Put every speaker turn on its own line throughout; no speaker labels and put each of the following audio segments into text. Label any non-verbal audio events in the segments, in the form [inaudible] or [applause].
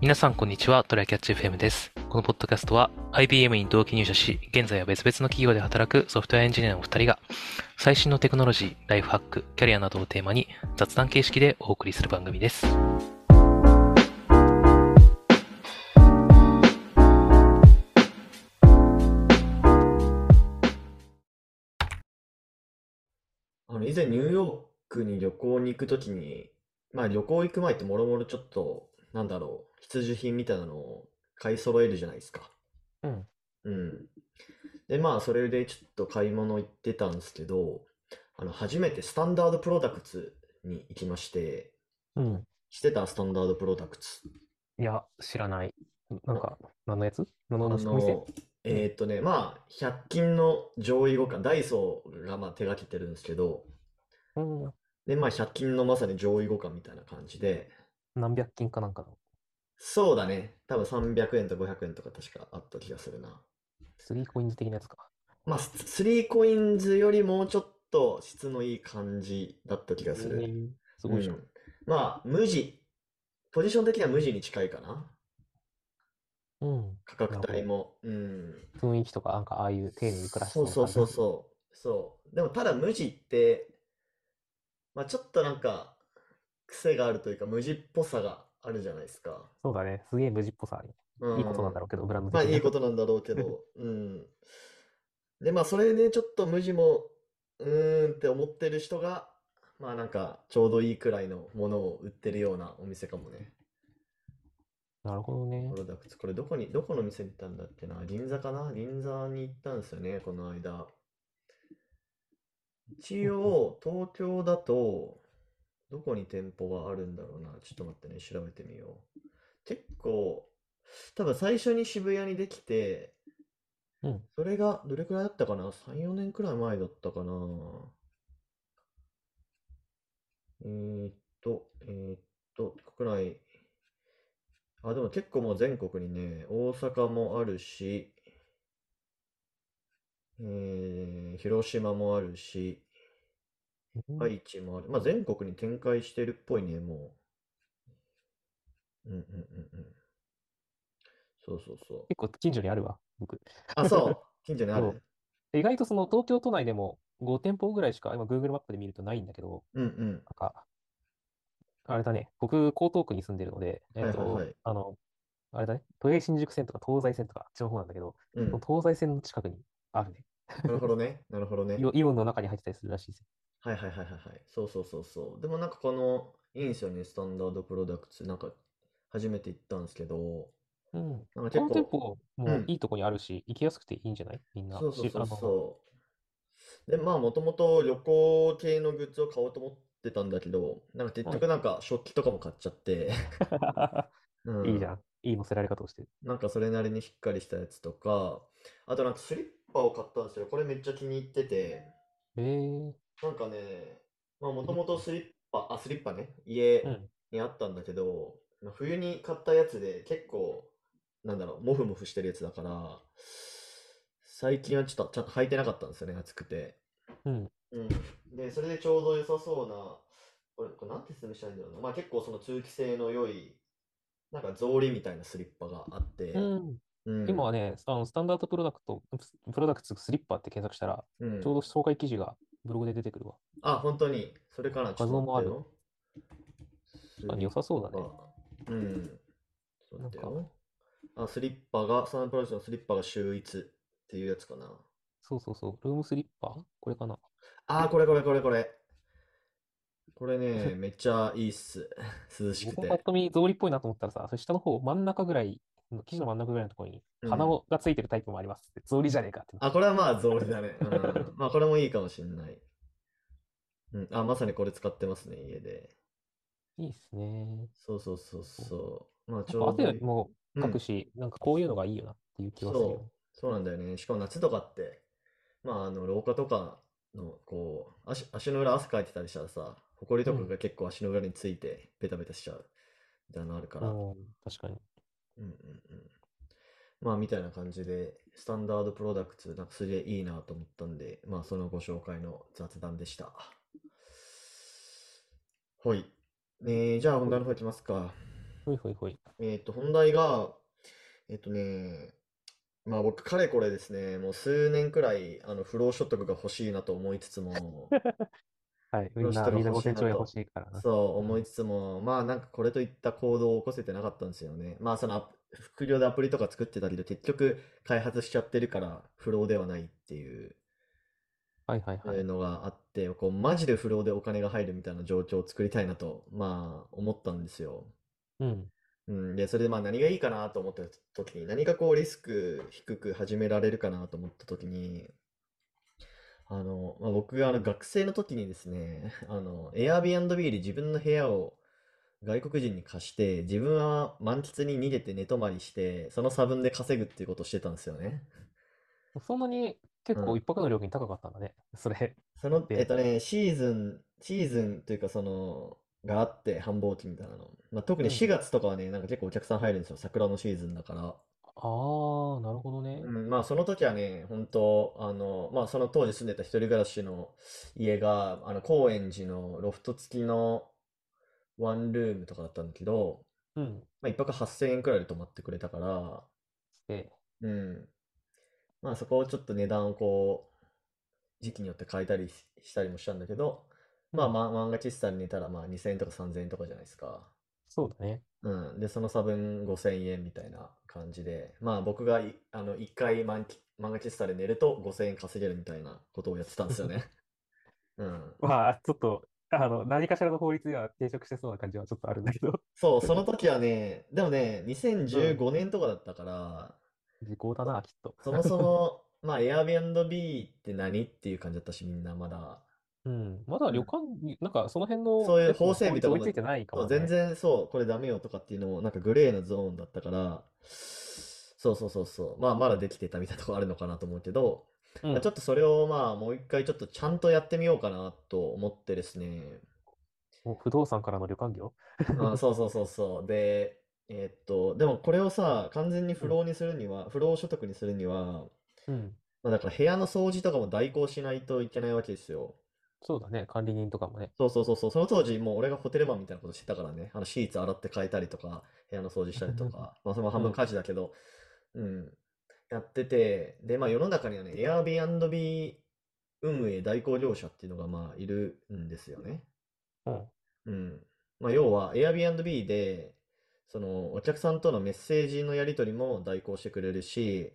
皆さんこんにちは、トライキャッチ FM です。このポッドキャストは IBM に同期入社し、現在は別々の企業で働くソフトウェアエンジニアのお二人が、最新のテクノロジー、ライフハック、キャリアなどをテーマに雑談形式でお送りする番組です。
あの以前ニューヨークに旅行に行くときに、まあ旅行行く前ってもろもろちょっと、なんだろう、必需品みたいなのを買い揃えるじゃないですか。
うん。
うん。で、まあそれでちょっと買い物行ってたんですけど、あの初めてスタンダードプロダクツに行きまして、
うん。
してたスタンダードプロダクツ。
いや、知らない。なんか、何のやつ何
あの、えーっとね、まあ100均の上位互換、ダイソーがまあ手掛けてるんですけど、
うん、
で、まあ100均のまさに上位互換みたいな感じで、
何百均かなんかの。
そうだね。多分300円と500円とか確かあった気がするな。
スリーコインズ的なやつか。
まあ、スリーコインズよりもうちょっと質のいい感じだった気がする。
すごいじゃん。
うんまあ、無地。ポジション的には無地に近いかな。
うん。
価格
なるほど
帯も。うん。
雰囲気とか、なんかああいう丁寧に暮らして
そうそうそうそう。そう。でもただ無地って、まあちょっとなんか、癖があるというか、無地っぽさがあるじゃないですか。
そうだね。すげえ無事っぽさある。いいことなんだろうけど、ブランド。
まあいいこととなんだろうけど、うん。で、まあそれでちょっと無地も、うーんって思ってる人が、まあなんかちょうどいいくらいのものを売ってるようなお店かもね。
なるほどね
プ。ロダクツ、これどこに、どこの店に行ったんだっけな銀座かな銀座に行ったんですよね、この間。一応、東京だと、どこに店舗があるんだろうな。ちょっと待ってね、調べてみよう。結構、多分最初に渋谷にできて、
うん
それがどれくらいだったかな ?3、4年くらい前だったかな。えーっと、えーっと、国内、あ、でも結構もう全国にね、大阪もあるし、えー広島もあるし、
うん
愛知もある。まあ、全国に展開してるっぽいね、もう。うんうんうんうん。そうそうそう。
結構近所にあるわ、僕。[laughs]
あ、そう。近所にあ
そう
る。
意外とその東京都内でも5店舗ぐらいしか、今 Google マップで見るとないんだけど、
うんうん。
なんか、あれだね、僕、江東区に住んでるので、えっ
はいはい
と
はい、
あの、あれだね、都営新宿線とか東西線とか、あっちの方なんだけど、
うん。
その東西線の近くにあるね。
なるほどね。なるほどね。
イオイオンの中に入ってたりするらしいですよ。
はいはいはいはいはい。そうそうそうそう。でもなんかこの、いいんですよね、スタンダードプロダクツ。なんか、初めて行ったんですけど、
うん。
なんか
こ
結
の店
構、
舗も
うん
いいとこにあるし、行きやすくていいんじゃないみんな。
そうそう
し
そ
あ
う
の
そう。で、まあ、もともと旅行系のグッズを買おうと思ってたんだけど、なんか結
はい
局なんか食器とかも買っちゃって、
[laughs]
う
いいじ
ん。
ゃん。いい乗せられ方をしてる。
なんかそれなりにしっかりしたやつとか、あとなんかスリッパを買ったんですよ。これめっちゃ気に入ってて、
えー、
なんかね、まあ、もともとスリッパ、あ、スリッパね、家
うん。
にあったんだけど、冬に買ったやつで結構、なんだろう、モフモフしてるやつだから、最近はちょっとちゃんと履いてなかったんですよね、暑くて。
うん。
うん、で、それでちょうど良さそうな、これ、これなんて説明したらいいんだろうな。まあ結構その通気性の良い、なんか草履みたいなスリッパがあって、
うん。
うん
今はね、あのスタンダードプロダクト、スプロダクツスリッパって検索したら、
うん
ちょうど紹介記事がブログで出てくるわ。
あ、本当に、それからちょっと
画像もあ
待っ
る
てよ。スリ
あ
ッ
良さそうだね。
パ。うん。ちょっと待って
なん
よ。あ、スリッパが、サンプロダクトのスリッパが秀逸っていうやつかな。
そうそうそう。ルームスリッパこれかな。
あー、これこれこれこれ。こ
[laughs]
れね、めっちゃいいっす。涼しく
僕
て。
はぱっと見、草履っぽいなと思ったらさ、それ下の方、真ん中ぐらい、生地の真ん中ぐらいのところに、
うん
鼻をがついてるタイプもあります。草履じゃねえかって。
あ、これはまあ、草履だね。うん。 [laughs] まあ、これもいいかもしんない。うん。あ、まさにこれ使ってますね、家で。
いいっすね。
そうそうそうそう。まあ、ち
やっ
ょ
ぱ
うどい
汗
い。
も
う
か
ん
くし、なんかこういうのがいいよなっていう気はするよね。
そう、そうなんだよね。しかも夏とかって、まあ、あの、廊下とかの、こう、足、足の裏汗かいてたりしたらさ、ほこりとかが結構足の裏について、ベタベタしちゃう、みたいなのあるから。うん
うん確かに。
うんうん。まあ、みたいな感じで、スタンダードプロダクツ、なんかすげえいいなと思ったんで、まあ、そのご紹介の雑談でした。ほい。えーじゃあ、本題の方いきますか。
ほいほいほい。
えっと、本題が、えっとね、まあ僕、かれこれですね、もう数年くらい、あの、不労所得が欲しいなと思いつ
[laughs]
つも、
はい。みんな、
ロ
み
シ
んなご成長
とか欲しいなと
が欲しいからな。
そう思いつつも、まあなんかこれといった行動を起こせてなかったんですよね。まあそのアプ副業でアプリとか作ってたけど、結局開発しちゃってるから不労ではないっていう
はいはいはい。
のがあって、こうマジで不労でお金が入るみたいな状況を作りたいなと、まあ思ったんですよ。
うん。
うん、で、それでまあ何がいいかなと思った時に、何かこうリスク低く始められるかなと思った時に、あの、まあ、僕があの学生の時にですね、 [laughs] あの、Airbnb で自分の部屋を外国人に貸して、自分は満喫に逃げて寝泊まりして、その差分で稼ぐっていうことをしてたんですよね。
そんなに結
う
構
ん
一泊の料金高かったんだね。それ。
その、
で
えっとね、シーズン、シーズンというかその、があって繁忙期みたいなの。まあ、特に
うん
4月とかはね、なんか結構お客さん入るんですよ。桜のシーズンだから。
ああ、なるほどね
う。ん、まあその時はね、本当あの、まあその当時住んでた一人暮らしの家が、あの高円寺のロフト付きのワンルームとかだったんだけど、
うん。
まあ一泊8000円くらいで泊まってくれたから、
で、
うん。まあそこをちょっと値段をこう、時期によって変えたりししたりもしたんだけど、まあ、
うん
ま、漫画喫茶に寝たらまあ2000円とか3000円とかじゃないですか。
そうだね。
うん、で、その差分5000円みたいな感じで、まあ僕がいあの1回漫画漫画喫茶で寝ると5000円稼げるみたいなことをやってたんですよね。うん。
まあ、ちょっと、あの、何かしらの法律には抵触してそうな感じはちょっとあるんだけど、
そう、その時はね、でもね、2015年とかだったから、
時効だ [laughs] な、きっと。
そもそも、まあ Airbnb って何っていう感じだったし、みんなまだ。
うん。まだ旅館に、なんかその辺の
そういう
結構
法整備とか
法律追
も
いついてないか
そう
もね。
全然そう、これダメよとかっていうのも、なんかグレーのゾーンだったから、そうそうそうそう、まあまだできてたみたいなとこあるのかなと思うけど、
うん。
ちょっとそれをまあもう一回ちょっとちゃんとやってみようかなと思ってですね。
もう不動産からの旅館業 [laughs]
あ、そうそうそうそう。で、えっと、でもこれをさ、完全に不労にするには、不労所得にするには、
うん。
まあ、だから部屋の掃除とかも代行しないといけないわけですよ。
そうだね。管理人とかもね。
そうそうそうそう。その当時、もう俺がホテルマンみたいなことしてたからね。あのシーツ洗って変えたりとか、部屋の掃除したりとか、まあそれも半分家事だけど、うん、やってて、で、まあ世の中にはね、Airbnb 運営代行業者っていうのがまあいるんですよね。
うん。
うん。まあ要は Airbnb で、そのお客さんとのメッセージのやり取りも代行してくれるし、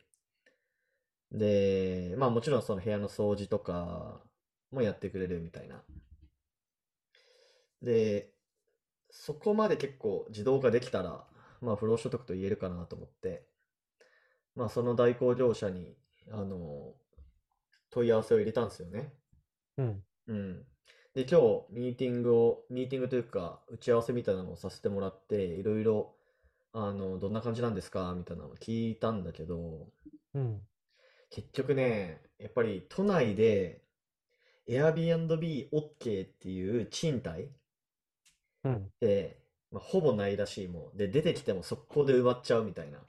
で、まあもちろんその部屋の掃除とかもやってくれるみたいな。で、そこまで結構自動化できたら、まあ不労所得と言えるかなと思って、まあその代行業者に、あの、問い合わせを入れたんですよね。
うん。
うん。で、今日、ミーティングを、ミーティングというか、打ち合わせみたいなのをさせてもらって、いろいろ、あの、どんな感じなんですかみたいなのを聞いたんだけど、
うん。
結局ね、やっぱり都内で、Airbnb OK っていう賃貸っ
うん。
て、まあ、ほぼないらしいもん。で、出てきても速攻で奪っちゃうみたいな。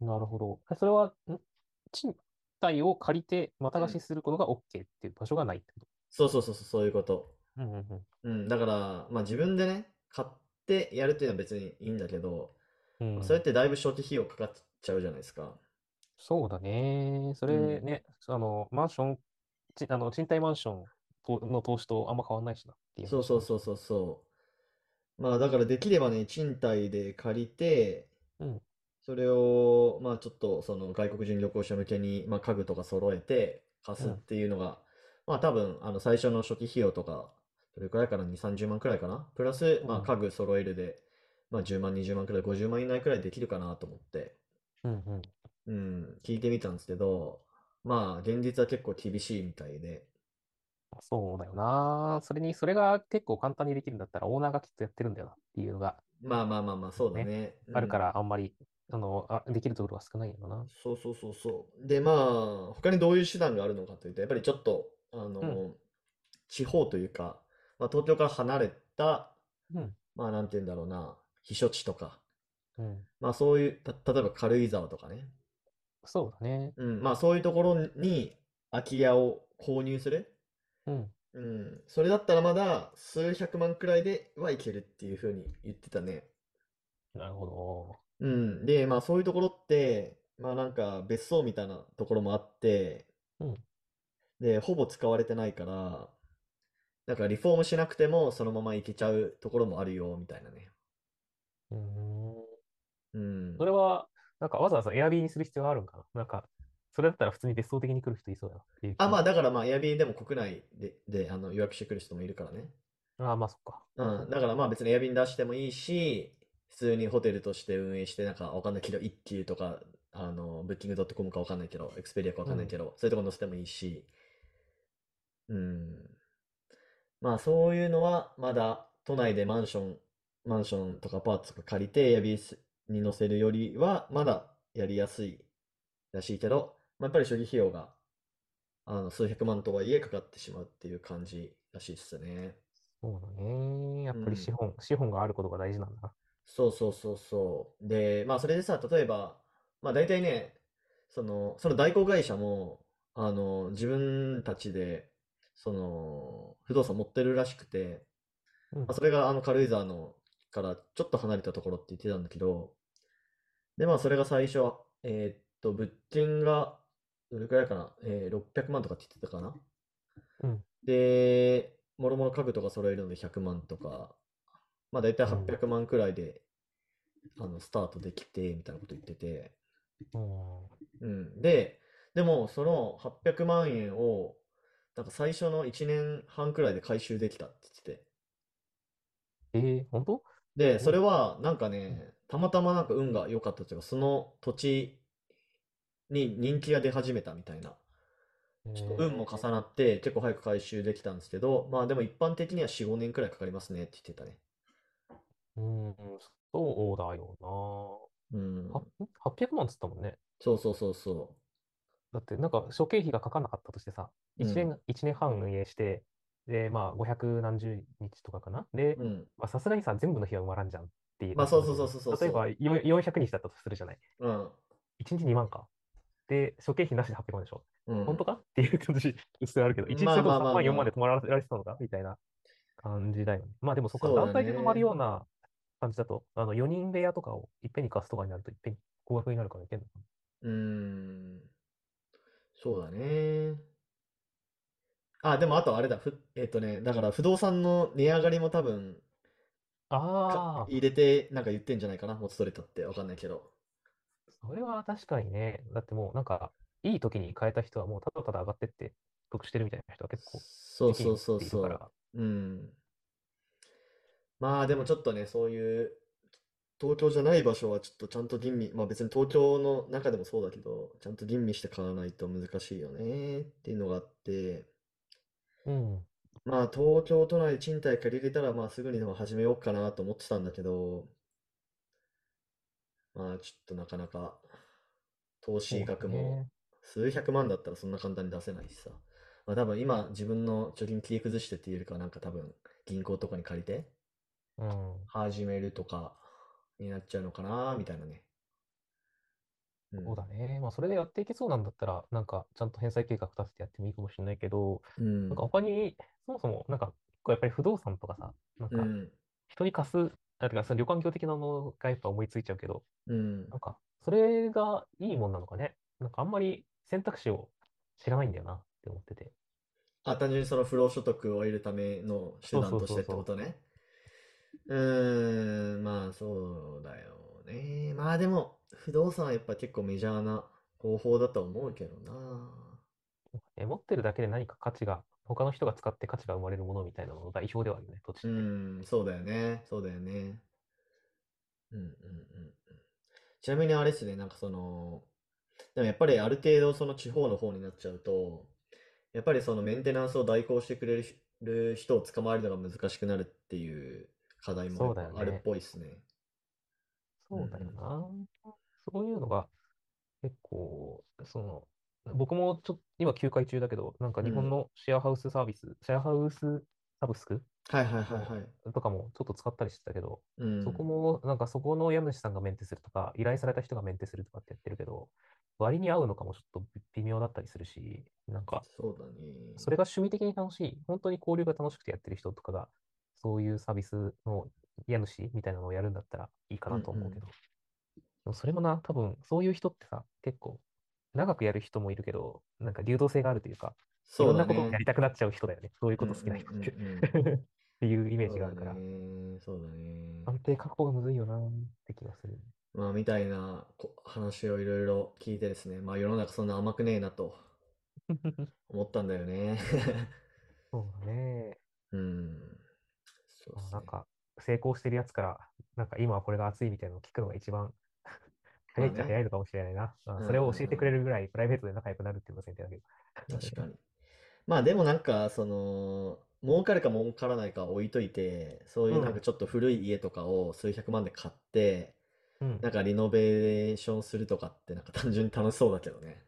なるほど。えそれは、ん賃貸を借りて、また貸しすることが OK っていう場所がないってこ
そうそうそうそう、そういうこと。
と。うんうんうん。
うん、だから、まあ自分でね、買ってやるっていうのは別にいいんだけど、
うん
それってだいぶ初期費用かかっちゃうじゃないですか。
そうだね。それ
うん
ね、あの、マンション、ち、あの、賃貸マンションとの投資とあんま変わんないしなっていう
そうそうそうそうそう。まあだからできればね、賃貸で借りて、
うん
それを、まあちょっとその外国人旅行者向けに、まあ、家具とか揃えて貸すっていうのが、まあ多分あの最初の初期費用とか、どれくらいかな、2、30万くらいかな。プラス、まあ
うん
家具揃えるで、まあ10万、20万くらい、50万以内くらいできるかなと思って、
うんうん。
うん、聞いてみたんですけど、まあ現実は結構厳しいみたいで、
そうだよな。それに、それが結構簡単にできるんだったら、オーナーがきっとやってるんだよなっていうのが
まあまあまあまあ、そうだ
ね
ね。
ある
うん
から、あんまり、あの、あ、できるところが少ないんだな。
そうそうそうそう。で、まあ、他にどういう手段があるのかというと、やっぱりちょっと、あの、
うん
地方というか、まあ、東京から離れた、
うん。
まあ、なんて言うんだろうな、避暑地とか、
うん。
まあ、そういう、た、例えば軽井沢とかね、
そうだね。
うん、まあ、そういうところに空き家を購入する
うん。
うん、それだったらまだ数百万くらいではいけるっていうふうに言ってたね。
なるほ
うん。で、まあそういうところって、まあなんか別荘みたいなところもあって
うん、
で、ほぼ使われてないから、なんかリフォームしなくてもそのまま行けちゃうところもあるよ、みたいなね。
ど。う
うん
ーん。そ。れは、なんかわざわざエアビーにする必要があるんかななんか、それだったら普通に別荘的に来る人いそうだなっていう気
あ、
も
まあだからまあ Airbnb でも国内で、であの予約してくる人もいるからね。
あーまあそっか。
うん。だからまあ別に Airbnb 出してもいいし、普通にホテルとして運営して、なんかわかんないけど、一級とか、あの、ブッキングドットコムかわかんないけど、エクスペリアかわかんないけど、そういうとこ載せてもいいし。うん。まあそういうのはまだ都内でマンション、マンションとかアパートとか借りて Airbnb に載せるよりはまだやりやすいらしいけど、まあ、やっぱり処理費用があの数百万とはいえかかってしまうっていう感じらしいっすね。
そうだね。やっぱ
うん
り資本、資本があることが大事なんだな。
そうそうそうそう。で、まあそれでさ、例えば、まあ大体ね、その、その代行会社も、あの、自分たちで、その、不動産持ってるらしくて、
うん
まあ、それがあの軽井沢のからちょっと離れたところって言ってたんだけど、で、まあそれが最初、えーっと、物件がどれくらいかな、えー、600万とかって言ってたかな。
うん
で、もろもろ家具とか揃えるので100万とか、まあ大体
うん
800万くらいで、あのスタートできて、みたいなこと言ってて、
うん。
うん。で、でもその800万円を、なんか最初の1年半くらいで回収できたって言ってて、
ええ本当
で、それはなんかね、たまたまなんか運が良かったというか、その土地に人気が出始めたみたいな、ちょっと運も重なって、結構早く回収できたんですけど、まあでも一般的には4、5年くらいかかりますねって言ってたね。
うん、そうだよ
うん
な。。は、800万っつったもんね。
そうそうそうそ
だって、なんか、諸経費がかかんなかったとしてさ、
うん
1年、一年半運営して、で、まあ、500何十日とかかな。で
う。う、ん。
まあ、さすがにさ、全部の日は埋まらんじゃんっていう。
まあそうそうそうそうそうそう
例えば、よん400日だったとするじゃない。
うん。
1日2万か。で、諸経費なしで800万でしょ。
うん。
本当かっていう感じ、薄らあるけど、1日
まあ
それこ
まあ
そ
まあ
3万、4
まあ
万で止まられてたのかみたいな感じだよね。まあでもそっか、
そうだ
団体で止まる
ね
ような感じだと、あの4人部屋とかをいっぺんに貸すとかになると、いっぺんに高額になるからいけんのかな。
うーん。そうだね。あ、でもあとあれだ。ふ、えっとね、だから不動産の値上がりも多分
あ
か入れてなんか言ってんじゃないかな。元取れたってわかんないけど。
あ、それは確かにね。だってもうなんか、いい時に買えた人はもうただただ上がってって得してるみたいな人は結構
そう
時期
そ
に
うそう
いる
そう。
から。
うん。まあでもちょっとね、そういう東京じゃない場所はちょっとちゃんと吟味、まあ別に東京の中でもそうだけど、ちゃんと吟味して買わないと難しいよねっていうのがあって、
うん。
まあ東京都内で賃貸借りれたらまあすぐにでも始めようかなと思ってたんだけど、まあちょっとなかなか投資額
そうだ
も
ね
数百万だったらそんな簡単に出せないしさ。まあ多分今自分の貯金切り崩してっていうよりかはなんか多分銀行とかに借りて
うん。
始めるとかになっちゃうのかなみたいなね。うん
そうだね。まあそれでやっていけそうなんだったら、なんかちゃんと返済計画立ててやってもいいかもしれないけど、
うん。
なんか他に、そもそも、なんか、やっぱり不動産とかさ、なん
う
か、
ん。
人に貸す、あ、てか、その旅館業的なものがやっぱ思いついちゃうけど、
うん。
なんか、それがいいもんなのかね。なんか、あんまり選択肢を知らないんだよなって思ってて。
あ、単純にその不労所得を得るための手段としてってことね。うーん、まあそうだよね。まあでも、不動産はやっぱ結構メジャーな方法だと思うけどな。
え、持ってるだけで何か価値が、他の人が使って価値が生まれるものみたいなのの代表ではあるよね、土地って。
うん、そうだよね。そうだよね。うんうんうんうん。ちなみにあれですね、なんかその、でもやっぱりある程度その地方の方になっちゃうと、やっぱりそのメンテナンスを代行してくれるひる人を捕まえるのが難しくなるっていう課題も
そうだよ
やっぱあるっ
ね
ぽいですね。
そうだよな。そういうのが結構、その、僕もちょっと今休会中だけど、なんか日
うん
本のシェアハウスサービス、シェアハウスサブスク
はいはいはいはい。
とかもちょっと使ったりしてたけど、
うん。
そこもなんかそこの家主さんがメンテするとか、依頼された人がメンテするとかってやってるけど、割に合うのかもちょっと微妙だったりするし、なんか、
そうだね。
それが趣味的に楽しい、本当に交流が楽しくてやってる人とかが、そういうサービスの家主みたいなのをやるんだったらいいかなと思うけど、でもそれもな、多分そういう人ってさ、結構、長くやる人もいるけど、なんか流動性があるというか、い
そ
ろ
うんだ
な
ね
ことをやりたくなっちゃう人だよね。そういうこと好きな人
うんう
っ
ん
て。
うんうん
って [laughs] いうイメージがあるから、
そうだね。そうだ
安
ね。
定確保がむずいよなって気がする。
[laughs] まあ、みたいなこ話をいろいろ聞いてですね、まあ、世の中そんな甘くねえなと思ったんだよね。 [laughs]
そうだね。
うん。そう
ま
っ
あ
す
なん
ね。
か、成功してるやつから、なんか今はこれが熱いみたいなのを聞くのが一
[laughs]
番早いっちゃ早いのかもしれないな。
ね
うんそれを教えてくれるぐらいプライベートで仲良くなるっていうのが前提だけど。
確かに。まあでもなんかその儲かるか儲からないかは置いといてそういうなん
う
か
ん
ちょっと古い家とかを数百万で買って
うん
なんかリノベーションするとかってなんか単純に楽しそうだけどね。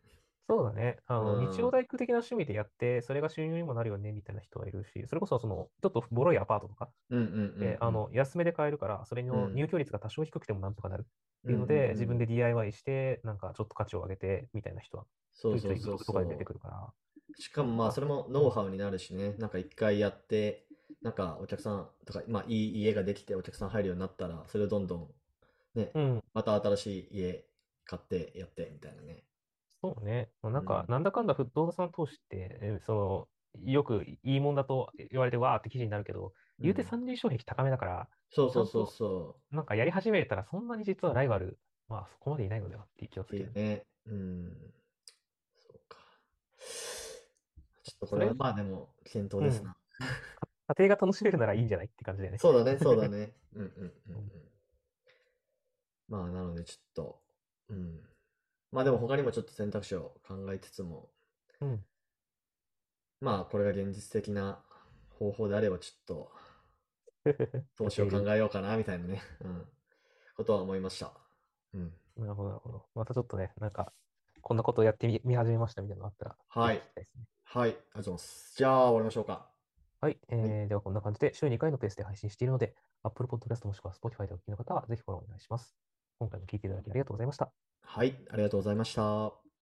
そうだね。あの、
うん
日曜大工的な趣味でやって、それが収入にもなるよね、みたいな人はいるし、それこそ、その、ちょっとボロいアパートとか、
うんうんうん
で、あの、安めで買えるから、それの
うん
入居率が多少低くてもなんとかなるって
うん
いううんの
うん
で、自分で DIY して、なんかちょっと価値を上げて、みたいな人は、
そう
ち
そ
ょ
う
いちょい
そう
ブログとかで出て
そう
くるから。
しかもまあそれもノウハウになるしね、なんか一回やって、なんかお客さんとか、まあいい家ができてお客さん入るようになったら、それをどんどんね、
うん、
また新しい家買ってやってみたいなね。
そうね。まあなんか
う、ん
なんだかんだ不動産投資って、えその、よくいいもんだと言われて、わーって記事になるけど、言うて
うん
三次障壁高めだから、
そうそう
ちゃ
そ
ん
う
と
そう。
なんかやり始めたら、そんなに実はライバル、まあそこまでいないのではっていう気が
っ
す
て
る
い
け
う
どね。
ね。うん。そうか。ちょっとこ
それ
れはまあでも検討ですな。
家庭が楽しめるならいいんじゃないって感じだよね。
そう
[laughs]
だね、そうだね。うんうんうんう
うんん。
まあなのでちょっと、うん。まあでも他にもちょっと選択肢を考えつつも、
うん。
まあこれが現実的な方法であればちょっ
[laughs]
と投資を考えようかなみたいなね、うん、ことは思いました。うん。
なるほど、なるほど。またちょっとね、なんか、こんなことをやってみ、見始めましたみたいなのがあったら、
はい
ぜひ聞きたいですね。
はい、ありがとうございます。じゃあ終わりましょうか。
はい、えーではこんな感じで週2回のペースで配信しているので、Apple Podcast もしくは Spotify でお聞きの方は、ぜひフォローお願いします。今回も聞いていただきありがとうございました。
はい、ありがとうございました。